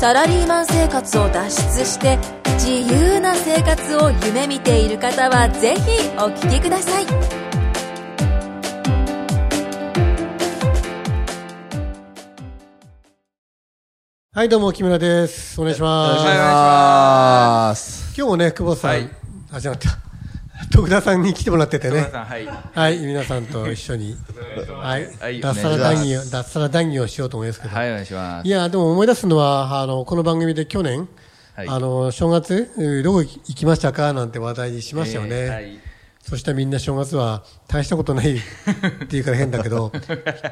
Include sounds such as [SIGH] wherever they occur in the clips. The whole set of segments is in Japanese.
サラリーマン生活を脱出して自由な生活を夢見ている方はぜひお聞きくださいはい、どうも、木村です。お願いします。お願いします。今日もね、久保さん、はいあ、じゃなかった。徳田さんに来てもらってて皆ね。さん、はい。ははい、皆さんと一緒に。はい、はい脱サラお願談いします義を、脱サラ談義をしようと思いますけど。い、お願いしますい。や、でも思い出すのは、あの、この番組で去年、はいあの、正月、えーどこ行きましたかなんて話題にしましたよね。えーはいそしたらみんな正月は大したことない [LAUGHS] っていうから変だけど、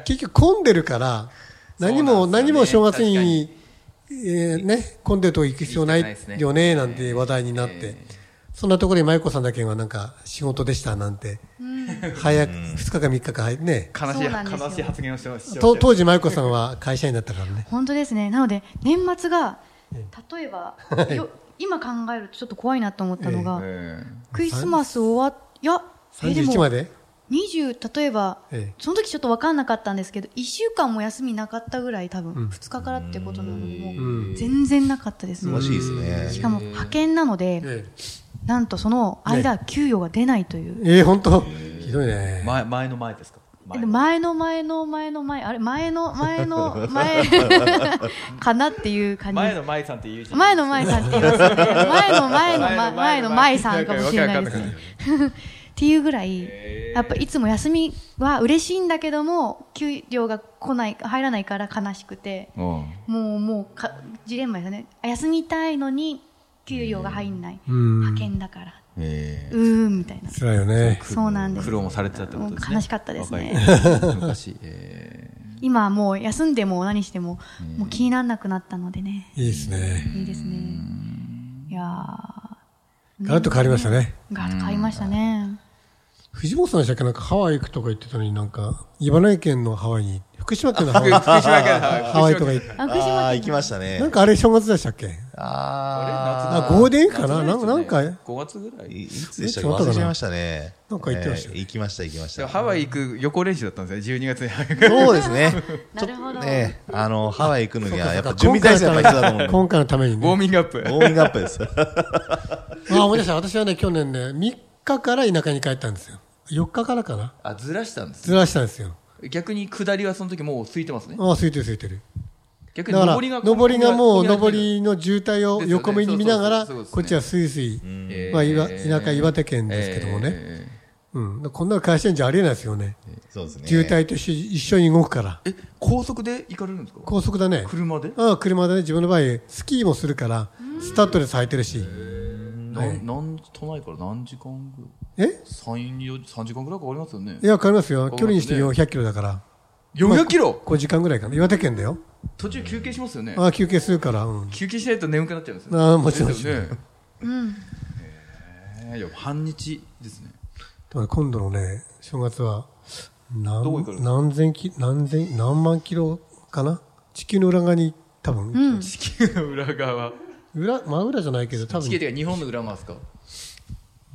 結局混んでるから、何も、そうなん何ですよねも正月に確かえーね、混んでるとこ行く必要な行きたくないいですねよね、なんて話題になって、えそんなところに舞子さんだけはなんか仕事でしたなんて、早く、2日か3日か、ね、悲しそうなんですい、よ悲しい発言をしてます。と当時舞子さんは会社員だったからね。本当ですねなので年末が例えばよ今考えるとちょっと怖いなと思ったのが、うんクリスマス終わっいやえでも31まで20例えば、ええその時ちょっと分かんなかったんですけど1週間も休みなかったぐらい多分、2日からってことなのでもう全然なかったですねらしいですしね。かも派遣なので、えなんとその間、給与が出ないというえええ本当ひどいね。前、前の前ですかえ前での前の前の前の前あれ前の前 [LAUGHS] の前 [LAUGHS] かなっていう感じです前の前さんっていう人。前の前さんって言いますね。前の前の前前の前さんかもしれないですわね。っていうぐらい、やっぱいつも休みは嬉しいんだけども、給料が来ない、入らないから悲しくて、うんもうもうか、ジレンマですよね。あ休みたいのに、給料が入んない。ん派遣だから。えうーん、みたいな。辛いよね。そうなんでー苦す。労もされてたってことですもうね。悲しかったですね若い昔、え今はもう休んでも何しても、もう気にならなくなったのでね。いいですね。いいですね。いやー。ガラッと変わりましたね。ガラッと変わりましたね。藤本さんでしたっけなんかハワイ行くとか言ってたのになんか、茨城県のハワイに、福島県のハワイ福島県のハワイハワイとか行って。あ、福島ああ、行きましたねなん。かあれ正月でしたっけあああ、ゴールデンウィークかななんか、なんか、 5月ぐらあ、い。いいつでしたちかょっとだな忘れちゃいましたね。なんか行ってましたよえー行きました、行きましでもた。ハワイ行く予行練習だったんですね、12月に。そうですね。 [LAUGHS] なるほど。ね、あの、ハワイ行くのには、やっぱ準今備体回制がの必要だたと思うめん今回のためにウォーね。ミングアップで。。ウォーミングアップです。あ、思い出した。私はね、去年ね、3日から田舎に帰ったんですよ。4日からかなあ、ずらしたんです。ずらしたんですよ。逆に下りはその時もう空いてますね。ああ、空いてる空いてる。逆だにから、上りが。上りがもう、ここ上にりの渋滞を横目に見ながら、ですよねそうそうそうそうこっちはスイスイ。えーまあ、いわ田舎岩手県ですけどもね。えうん。こんなの会社員じゃありえないですよね。そうですね。渋滞と一緒一緒に動くから。ーえ高速で行かれるんですか高速だね。車で、ああ車でね、自分の場合、スキーもするから、スタッドレス履いてるし。ななん都内から何時間ぐらいえ3 4 3時間ぐらいかかりますよねいや、わかりますよ。かりますね距離にして400キロだから。 400キロ5時間ぐらいかな。岩手県だよ。途中休憩しますよねああ、休憩するから。うん。休憩しないと眠くなっちゃうんですよああ、もちろん。ですよねうん。えーいや半日ですねでも今度のね、正月は、何どこ行く、何千キ、何千、何万キロかな地球の裏側に、多分、うん。地球の裏側裏、真裏じゃないけど、多地球分、っていうか日本の裏側ですか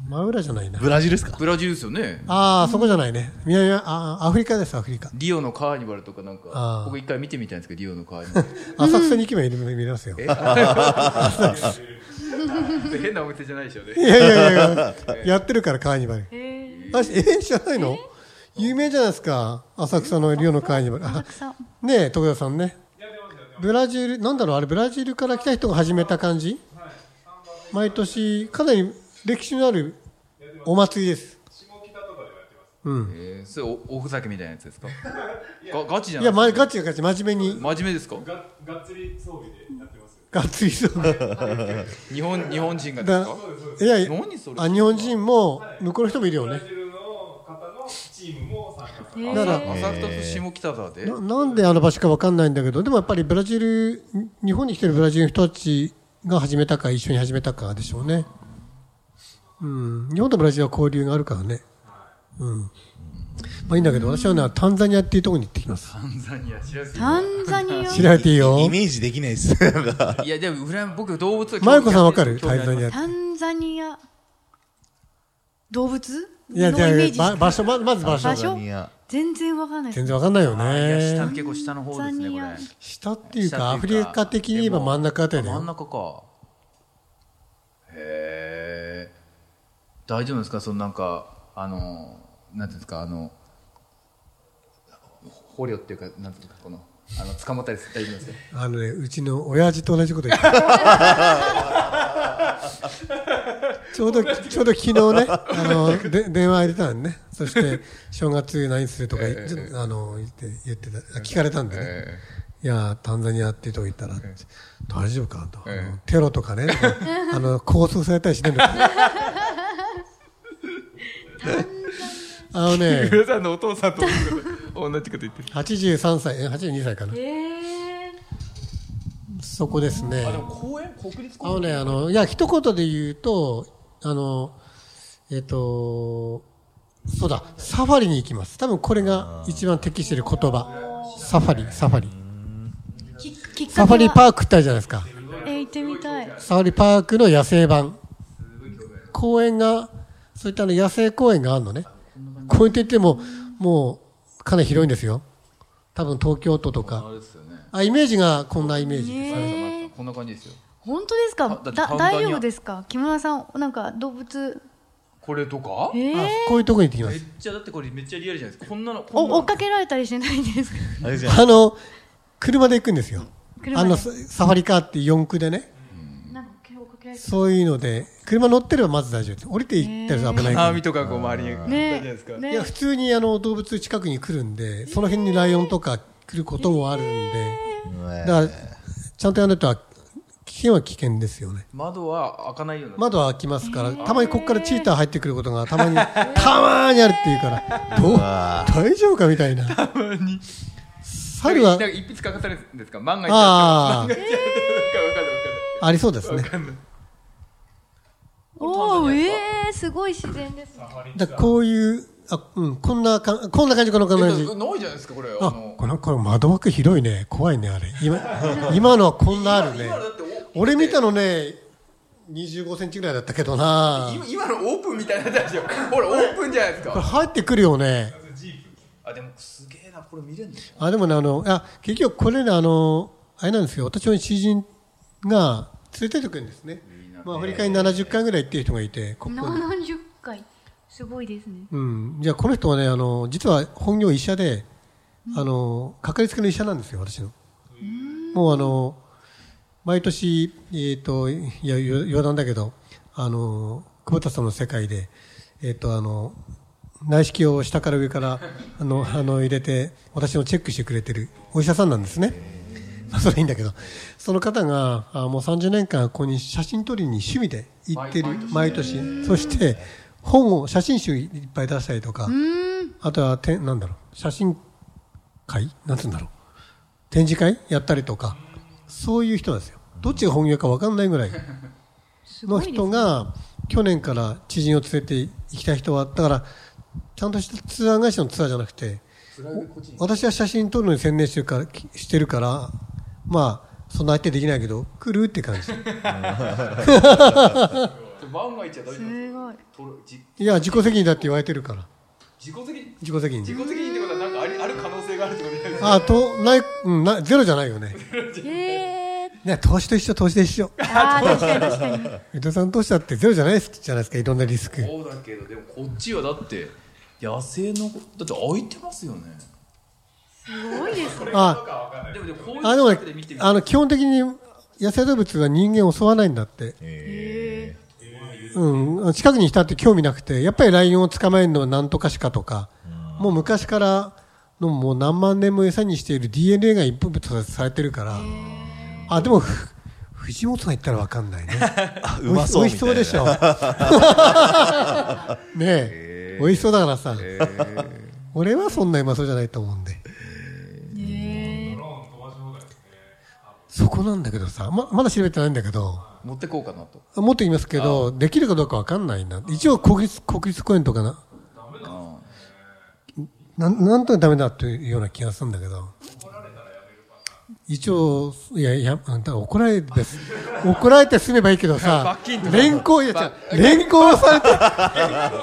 真裏じゃないな。ブラジルですかブラジルですよねああ、そこじゃないね。南は、ああ、アフリカです、アフリカ。リオのカーニバルとかなんあかー僕一回見てみたいんですけどリオのカーニバル浅草に行けば見れ見れますよ。い [LAUGHS] 変なお店じゃないでしょうねやいやいやいや、やってるから、カーニバル。えあしえ知らないの有名じゃないですか浅草のリオの会にもあ草。ねえ徳田さんねブラジルなんだろうあれブラジルから来た人が始めた感じ毎年かなり歴史のあるお祭りですうんえーそれおおふざけみたいなやつですかがガチじゃ [LAUGHS] いなや、いですかま、ガチガチ真面目に真面目ですかががっつり装備でやってます。がっつりそう日本日本人がでだすかいやいや [LAUGHS] 何それあ日本人も向こうの人もいるよブラねジルの方のチームも参加されてえだからー、浅草と下北沢でななんであの場所かわかんないんだけどでもやっぱりブラジル日本に来てるブラジルの人たちが始めたか一緒に始めたかでしょうね、うん、日本とブラジルは交流があるからねうん。まあいいんだけど、私はね、タンザニアっていうところに行ってきます。タンザニア、知らずにタンザニア知られていいよイ。メージできないです。 [LAUGHS] なんかいや、でも、羨ま僕、動物は興味マユコさんわかる興味タあンザりますニアって。タンザニア動物いや、のじゃイメーあジしばか場所、ままず場所場。タ所ンザニア全然わかんないです全然わかんないよいや下ね。結構下の方ですねこれタンザニア下っていうか、アフリカ的に言えば真ん中あたりだ真んよ。中かへえ大丈夫ですかそのなんかあのなんていうんですかあの捕虜っていうかなんていうんですかこのあの捕まったりする大丈夫ですかあのね、うちの親父と同じこと言った。ちょうど、ちょうど昨日ね、あの、で電話入れたんね。そして、正月何するとか、ちょっとあの、言って、言ってた、あ聞かれたんでね。いやータンザニアっていうとこ行ったら、大丈夫かと、あのテロとかね、あの拘束されたりしてるのかなあの [LAUGHS] ね、さんのお父さんと同じこと言ってる83歳、え82歳かな、えーそこですね、でも公園国立あの公園ね、あの、いや、一言で言うと、あの、えっ、と、そうだ、サファリに行きます。多分これが一番適している言葉。サファリ、サファリ。ききっかけサファリーパークってあるじゃないですか。えー行ってみたいサファリパークの野生版。公園が、そういったあの野生公園があるのね。公園って言っても、もう、かなり広いんですよ。多分東京都とあか。れですよねあ、イメージがこんなイメージ。えーこんな感じですよ本当ですだかってタだンザニア大丈夫ですか木村さんなんか動物これとかえあー、こういうとこに行ってきまめっす。ちゃだってこれめっちゃリアルじゃないですかこんなのこんなのお追っかけられたりしないんですかあれじゃん。あの、車で行くんですよ。車あでの、ササファリカーって四駆でね。なんか追っかけられたそういうので、車乗ってればまず大丈夫です。降りて行ったら危ないから網。とかこう周りにあったじゃないねですかいや、ね普通にあの動物近くに来るんで、その辺にライオンとか来ることもあるんで。ねだから、ちゃんとやらないと、危険は危険ですよね。窓は開かないような窓は開きますから、たまにここからチーター入ってくること [LAUGHS] がたまに、たまーにあるっていうから、どう大丈夫かみたいな。たまに。猿なんはか一筆書かされるんですか万が一あー万が一あったらわかんないわかんないありそうですね。おおえー、すごい自然ですねだからこういう、あ、うん、こんなかん、こんな感じ、こんな感えじっと。ないじゃないですかこれああの、この、この窓枠広いね。怖いね、あれ。 [LAUGHS] 今、今のはこんなあるね今のだって大きく。て俺見たのね、25センチぐらいだったけどな今今のオープンみたいなやつでしょほらオープンじゃないですこれか入ってくるよね。あでもすげえなこれ見れんのあ、でもね、あの、あ、結局これね、あの、あれなんですよ。私の知人が連れてってくるんですね。まあ、アフリカに70回ぐらい行ってる人がいて、ここに。 70回すごいですねうん。じゃあ、この人はね、あの、実は本業医者で、あの、かかりつけの医者なんですよ、私の。もうあの、毎年、えっ、と、いや、余余談だけど、あの、久保田さんの世界で、えっ、と、あの、内視鏡を下から上から、あの、あの、入れて、私のチェックしてくれてるお医者さんなんですね。 [LAUGHS] まあ、それいいんだけど、その方が、あもう30年間、ここに写真撮りに趣味で行ってる、毎年。そして、本を、写真集いっぱい出したりとか、あとは、てんなんだろう、写真会なんつうんだろう。展示会やったりとか、そういう人なんですよ。どっちが本業か分かんないぐらいすごのいです人が、去年から知人を連れて行きたい人は、だから、ちゃんとしたツアー会社のツアーじゃなくて、お私は写真撮るのに専念してるから、きしてるから、まあ、そんな相手できないけど、来るって感 [LAUGHS] じ。万が一は大丈夫ですすごいいや、自己責任だって言われてるから。自己責任自己責任自で。己責任ってことはなんかありある可能性があるってことじゃないですかああ、と、ない、うん、な、ゼロじゃないよね。えー、ね、投資と一緒、投資と一緒。あー確かに確かに伊藤さん投資だってゼロじゃないです、じゃないですか、いろんなリスク。そうだけどでもこっちはだって野生のだって開いてますよねすごいですねあ、でもでもこういうあでもね近くで見てみ、あの基本的に野生動物は人間を襲わないんだって、えうん、近くに来たって興味なくて、やっぱりライオンを捕まえるのはなんとかしかとか、もう昔からのもう何万年も餌にしている DNA が一本物されてるから、あでも、ふ藤本さんが言ったらわかんないね。ーあうまそう美み味たしいそうな。でしょ。 [LAUGHS] ねえ、美味しそうだからさ、俺はそんなうまそうじゃないと思うんで。そこなんだけどさ、ままだ調べてないんだけど、持ってこうかなと持ってきますけど、できるかどうかわかんないな。一応国立、国立公園とかな。なんなんとなくダメだっていうような気がするんだけど一応いやいやあんた怒られてす怒られて済めばいいけどさ罰金とか連行いや違う連行されて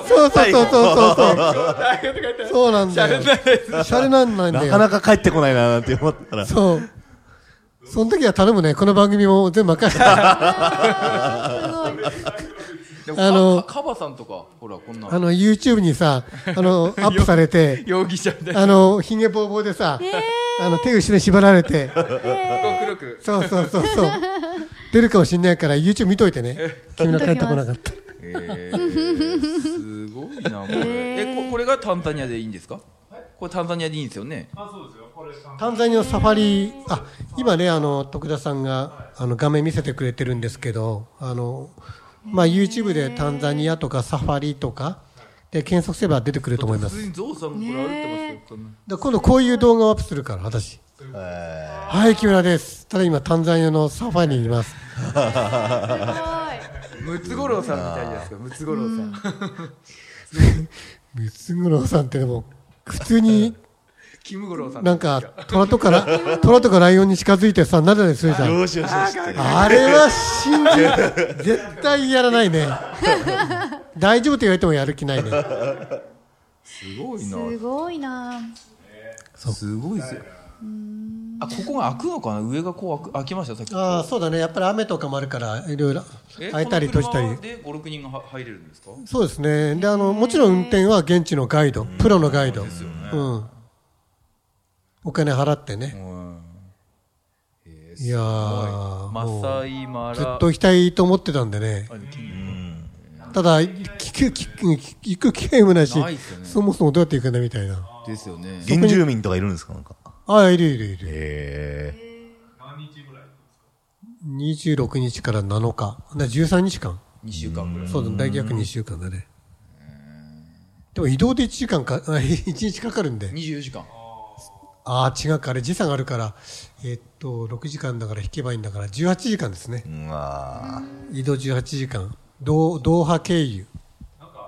そうそうそうそうそうそうそうなんだよシャレなんないんだなよかなか帰ってこないななんて思ったら。そうその時は頼むねこの番組も全部任せてあああののカバさんとかほらこんなの YouTube にさあのアップされて [LAUGHS] 容疑者みたいなあの、ひげぼうぼうでさ、あの、手後ろに縛られて、黒くそうそうそうそう。出るかもしんないから、YouTube 見といてね。君の帰ってこなかった。えー、すごいなこれ、えここれがタンザニアでいいんですかこれタンザニアでいいんですよねタンザニアのサファリ、あ、今ね、あの、徳田さんが、あの、画面見せてくれてるんですけど、あの、まあ、YouTube でタンザニアとかサファリとか、で、検索すれば出てくると思いま普す。通にゾウさんがこれ歩いてますよ、で今度こういう動画をアップするから、私。はい、木村です。ただ今、タンザニアのサファリにいます。ムツゴロウさんみたいじゃないですかムツゴロウさんムツゴロウさんってでも、普通に、キムゴロウさんなんか、虎とかラ、虎とかライオンに近づいてさ、なでなでするじゃん。よしよしよしって。あれは死んじ絶対やらないね。大丈夫と言われてもやる気ないね。すごいすなごいなすごいですよあここが開くのかな上がこう開く開きましたさっきああ、そうだね。やっぱり雨とかもあるから、いろいろ、え開いたりこ閉のじたり車。で56人がは入れるんですかそうですね。で、あの、もちろん運転は現地のガイド、プロのガイド。うん。お金払ってね。いやー、マもサイマラうずっと行きたいと思ってたんでね。あただ、聞く、聞く、聞く機会もないし、ないっすよねそもそもどうやって行くんだみたいな。ですよね原住民とかいるんですかなんか。ああ、いるいるいる。え26日から7日。な13日間。 2週間ぐらいそうだ、大約2週間だね。でも移動で1時間か、あ1日 [LAUGHS] かかるんで。 24時間ああ、違うか、あれ時差があるから、えっと、6時間だから引けばいいんだから、18時間ですねえ。。うわ移動18時間。ドドーハ経由。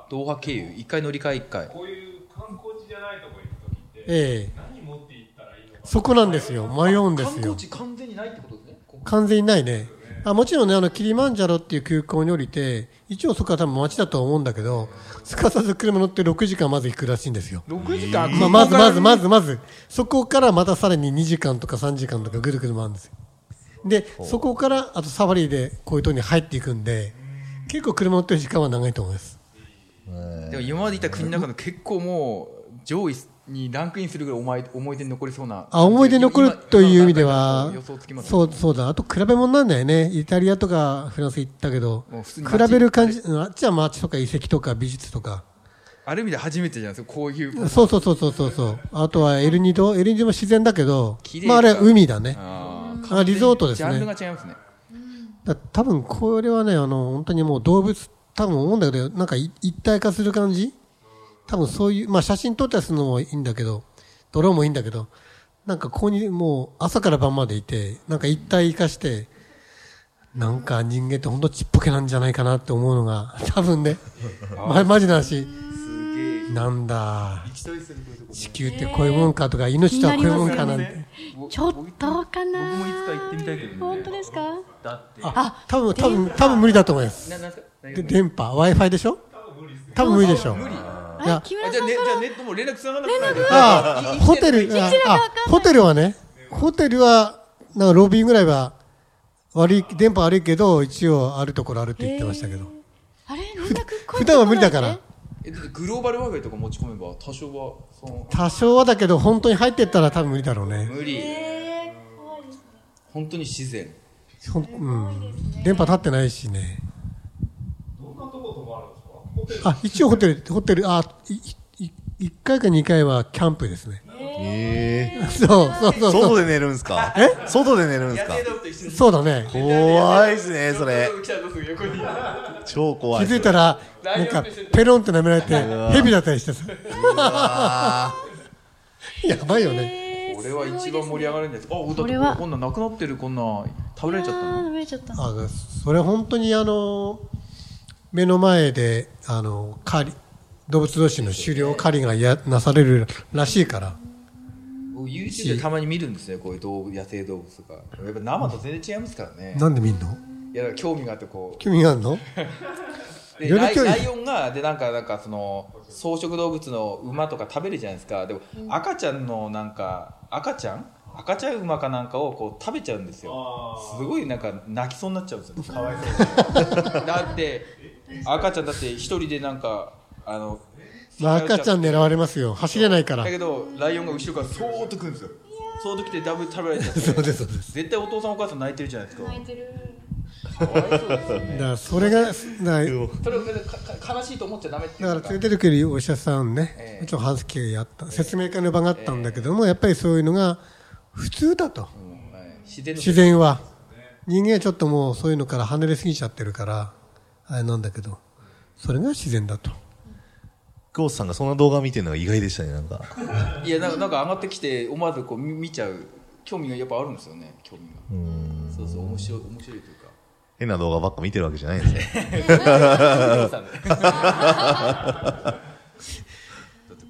ドーハ経由1回乗り換え1回こういう観光地じゃないとこ行くときってええ何持って行ったらいいのかそこなんですよ。迷うんですよ。完全にないってことですねここ完全にないね。あもちろんね、あの、キリマンジャロっていう空港に降りて、一応そこは多分街だと思うんだけど、すかさず車乗って6時間まず行くらしいんですよ。 6時間まあ、まずまずまずまず、そこからまたさらに2時間とか3時間とかぐるぐる回るんですよ。で、そこからあとサファリでこういうとこに入っていくんで、結構車乗ってる時間は長いと思います。でも今までいた国の中の結構もう上位にランクインするぐらいお前思い出に残りそうなあ、思い出に残るという意味では予想つきま、すそう、そうだ。あと比べ物なんだよね。イタリアとかフランス行ったけどもう普、通に比街べる感じ、うんあっちは街とか遺跡とか美術とか。ある意味で初めてじゃないですかこういうそうそうそうそうそうそう。あとはエルニド、エルニドも自然だけど綺、麗まああれは海だね。あーあリゾートですジャンルがね。違いますねだ多分これはね、あの、本当にもう動物、多分思うんだけど、なんかい一体化する感じ多分そういう、まあ写真撮ったりするのもいいんだけど、ドローンもいいんだけど、なんかここにもう朝から晩までいて、なんか一体化して、なんか人間って本当ちっぽけなんじゃないかなって思うのが、多分 [LAUGHS] ね、ま、マジな話。すげえなんだ、一人するこういうとこ地球ってこういうもんかとか、命とはこういうもんかなんて。ちょっとかな僕もいつか行ってみたいけどね本当ですかだってあ、多分、多分、多分無理だと思います。ななんすか大丈で、夫電波、Wi-Fi でしょ多分無理でしょ。無理あいやれ木あ村じゃさあんねじゃあネットもう連絡つながなくなるああ、ホテル、ああ、ホテルはね、ホテルは、なんかロビーぐらいは、悪い、電波悪いけど、一応あるところあるって言ってましたけど。あれ連絡普段は無理だから。えだってグローバルワーフェイとか持ち込めば多少はその多少はだけど、本当に入ってったら多分無理だろうね。無理本当に自然ほんうん。電波立ってないしね。あ、一応ホテル、ホテル、あ、いいい一回か二回はキャンプですね。えそう、そうそうそう。外で寝るんですかえ外で寝るんですかそうだね。怖いですね、それ。来たとすぐ横に超怖気い。づいたら、なんか、ペロンって舐められて、ヘビだったりしてさ。やばいよね。これは一番盛り上がるんですあおだってここれれはこんなんなくなってるこんな食べられちゃったあのー見えちゃったあそれ本当にあの、目の前で、あの、狩り、動物同士の狩猟狩りがやなされるらしいから僕 YouTube でたまに見るんですねこういう動物野生動物とかやっぱ生と全然違いますからねなんで見んのいやだから興味があってこ興味があるのうでよりライ興味ライオンがでなんかなんかその草食動物の馬とか食べるじゃないですかでも赤ちゃんのなんか赤ちゃん赤ちゃん馬かなんかをこう食べちゃうんですよすごいなんか泣きそうになっちゃうんですよかわいそう [LAUGHS] だって赤ちゃんだって一人でなんかあのまあ赤ちゃん狙われますよ走れないからだけどライオンが後ろからそーっと来るんですよそーっと来てダブル食べられちゃってそうですそうです絶対お父さんお母さん泣いてるじゃないですか泣いてるだからそれがだからそれをか悲しいと思っちゃダメっていだうから連れてるけるお医者さんね、ええもちろん歯付けやった説明会の場があったんだけども、やっぱりそういうのが普通だと、うんはい自然の自然は人間はちょっともうそういうのから離れすぎちゃってるからあれなんだけどそれが自然だと久保田さんがそんな動画見てるのが意外でしたね、なんか。いやなんかなんか上がってきて思わずこう見見ちゃう興味がやっぱあるんですよね興味がそうそう面白い面白いというか [LAUGHS] 変な動画ばっか見てるわけじゃないんですね。 [LAUGHS] お父さんね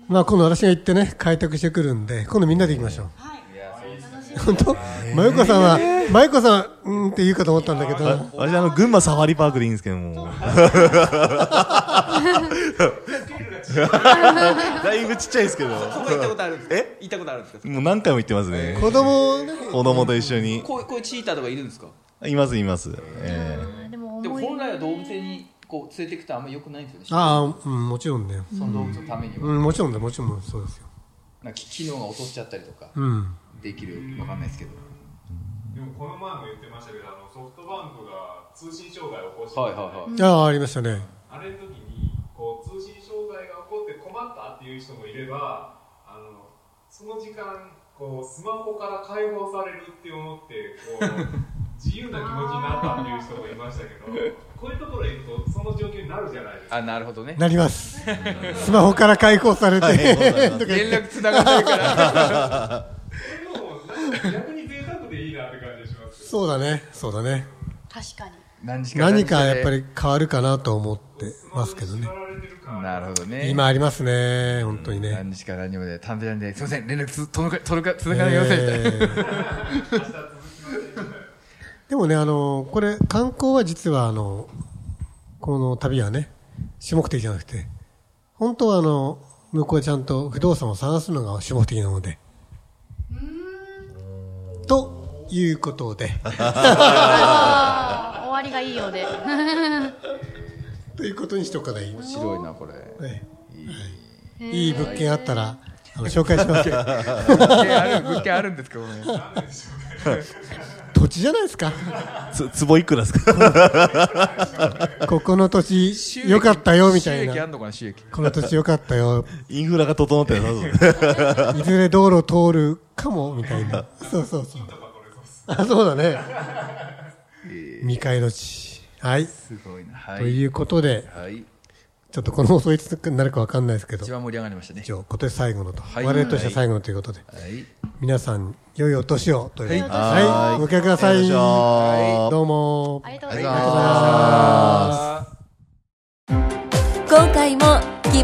まあ今度私が行ってね開拓してくるんで今度みんなで行きましょういやそうです本当真由子さんは真由子さんはうーんって言うかと思ったんだけど私、あの、群馬サファリパークでいいんですけ [LAUGHS] ども。だいぶちっちゃいですけど。ここ行ったことあるんですかえ行ったことあるんですかもう何回も行ってますね。子供をね子供と一緒に。こうこういうチーターとかいるんですかいます、います。えあでもでも思い本来は動物園にこう連れてくとあんまり良くないんですよねああ、うん、もちろんだよ、その動物のためには、うん、もちろんだもちろんそうですよなんか機能が落としちゃったりとかうんできるわかんないですけどでもこの前も言ってましたけどあのソフトバンクが通信障害を起こして、はいはいはいああありましたねあれの時にこう通信障害が起こって困ったっていう人もいればあのその時間こうスマホから解放されるって思ってこう自由な気持ちになったっていう人もいましたけどこういうところへ行くとその状況になるじゃないですか。あなるほどねなります。スマホから解放されて、 [LAUGHS] 連絡つながないからでもなんか逆に贅沢でいいなって感じがし [LAUGHS] ますよ。そうだね、そうだね。確かに [LAUGHS] 何時何かやっぱりり変わるかなと思ってますけどね縛。られてるからなるほどね今ありますね、本当にね。何日か何もでタンザニアですいません連絡つ届か届か続かないでくださいみたいな、えーでもね、あの、これ、観光は実は、あの、この旅はね、主目的じゃなくて、本当はあの、向こうでちゃんと不動産を探すのが主目的なので。ということで。終わりがいいようでということにしておかないい。白いなこれねはいいい物件あったら、あの紹介しますよ。 [LAUGHS] 物件ある物件あるんですかこれ土地じゃないですか。ーつ、つぼいくらですか [LAUGHS] ここの土地良かったよみたい収益あな。んのかな収益この土地良かったよ。インフラが整って [LAUGHS] なさそうですね。いずれ道路通るかもみたいな。そうそうそう。あ、そうだね。未開の地。はい。すごいなはとい、いうことで、はい、ちょっとこの放送いつになるかわかんないですけど一、番盛り上がりましたね一応今年最後のと。は我い々としては最後のということで、はい皆さん、良いお年をということで。はいはい。お迎えくださよい。いしょーどうも。ありがとうごあざりいがますとうございます。今回も木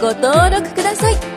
ご登録ください